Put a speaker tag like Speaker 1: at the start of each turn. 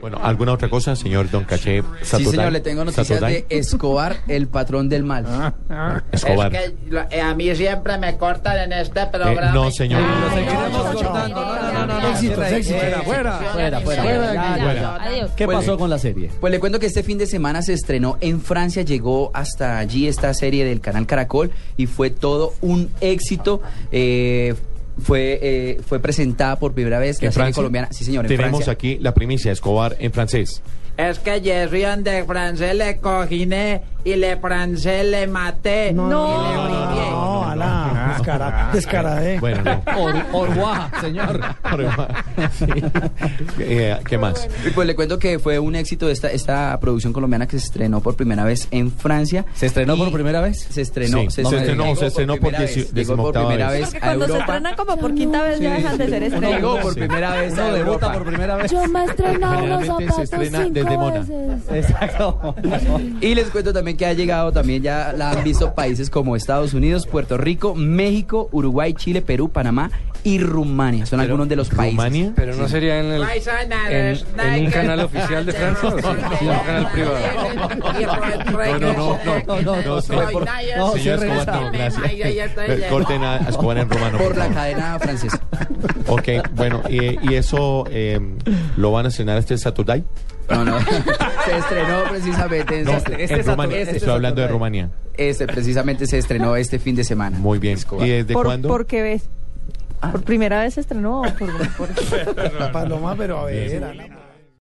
Speaker 1: Bueno, ¿alguna otra cosa, señor Don Caché?
Speaker 2: Sí,
Speaker 1: Saturdine?
Speaker 2: señor, le tengo noticias
Speaker 1: Saturdine?
Speaker 2: de Escobar, el patrón del mal.
Speaker 1: Ah. Escobar.
Speaker 3: Es que lo- eh, a mí siempre me cortan en este
Speaker 1: Eh,
Speaker 3: programa.
Speaker 1: no, señor.
Speaker 2: Fuera, fuera.
Speaker 3: Ya, ya,
Speaker 1: Fuera.
Speaker 3: ya.
Speaker 4: Adiós.
Speaker 5: ¿Qué
Speaker 2: Pues-
Speaker 5: pasó con la serie?
Speaker 2: Pues le cuento que este fin de semana se estrenó en Francia, llegó hasta allí esta serie del canal Caracol y fue todo un éxito. Eh, fue, eh, fue presentada por primera vez la
Speaker 1: ¿En
Speaker 2: serie
Speaker 1: Francia?
Speaker 2: colombiana. Sí, señor, en
Speaker 1: Tenemos
Speaker 2: Francia.
Speaker 1: aquí la primicia, Escobar en francés.
Speaker 3: Es que Jerrion de francés le coginé y le francés le maté.
Speaker 4: No,
Speaker 3: Y le
Speaker 4: no, no,
Speaker 3: brillé.
Speaker 6: No, alá, descara- descaradé.
Speaker 2: Eh,
Speaker 1: Bueno, no.
Speaker 5: Orguaja, señor.
Speaker 1: Sí. Eh, ¿Qué más?
Speaker 2: Y pues le cuento que fue un éxito esta, esta producción colombiana que se estrenó por primera vez en Francia.
Speaker 5: ¿Se estrenó
Speaker 2: Y
Speaker 5: por primera vez?
Speaker 2: Se estrenó,
Speaker 1: Sí, se
Speaker 2: estre-
Speaker 1: estrenó,
Speaker 2: llegó
Speaker 1: se estrenó por
Speaker 2: primera
Speaker 1: dieci-
Speaker 2: vez, llegó por
Speaker 1: decimoctava
Speaker 2: primera
Speaker 1: vez.
Speaker 2: vez
Speaker 4: Porque
Speaker 2: a
Speaker 4: cuando se
Speaker 2: Europa.
Speaker 4: estrenan como por quinta vez ya dejan de ser
Speaker 2: Llegó
Speaker 4: estrellas.
Speaker 2: por
Speaker 1: Sí.
Speaker 2: primera vez
Speaker 5: Uno
Speaker 2: a
Speaker 5: debuta
Speaker 2: Europa.
Speaker 5: por primera vez.
Speaker 7: Yo me he estrenado los
Speaker 1: Generalmente
Speaker 7: zapatos
Speaker 1: se estrena
Speaker 7: cinco
Speaker 1: desde Mona.
Speaker 7: veces.
Speaker 5: Eh, Exacto.
Speaker 2: Y les cuento también que ha llegado también, ya la han visto países como Estados Unidos, Puerto Rico, México, Uruguay, Chile, Perú, Panamá y Rumania. Son algunos de los países.
Speaker 1: ¿Rumania?
Speaker 8: Pero no sería en el en, en un canal oficial de Francia o sí, en un canal
Speaker 3: No,
Speaker 1: No, no, no, no, no, no, señor-
Speaker 5: no,
Speaker 1: señor
Speaker 5: sí,
Speaker 1: Escobar,
Speaker 5: regresa.
Speaker 1: no, gracias. Eh, Corten a a Escobar en romano.
Speaker 2: Por la
Speaker 1: favor.
Speaker 2: cadena francesa.
Speaker 1: Ok, bueno, y, y eso eh, lo van a cenar este Saturday.
Speaker 2: No, no. Se estrenó precisamente. en-
Speaker 1: No,
Speaker 2: se
Speaker 1: en Rumania.
Speaker 5: este
Speaker 1: Estoy hablando de
Speaker 5: Saturday.
Speaker 1: Rumanía.
Speaker 2: Este, precisamente se estrenó este fin de semana.
Speaker 1: Muy bien.
Speaker 2: Escobar.
Speaker 1: ¿Y desde
Speaker 4: por,
Speaker 1: cuándo?
Speaker 4: ¿Por qué ves? ¿Por primera vez se estrenó? o por- por-
Speaker 6: Paloma, pero a ver, alá.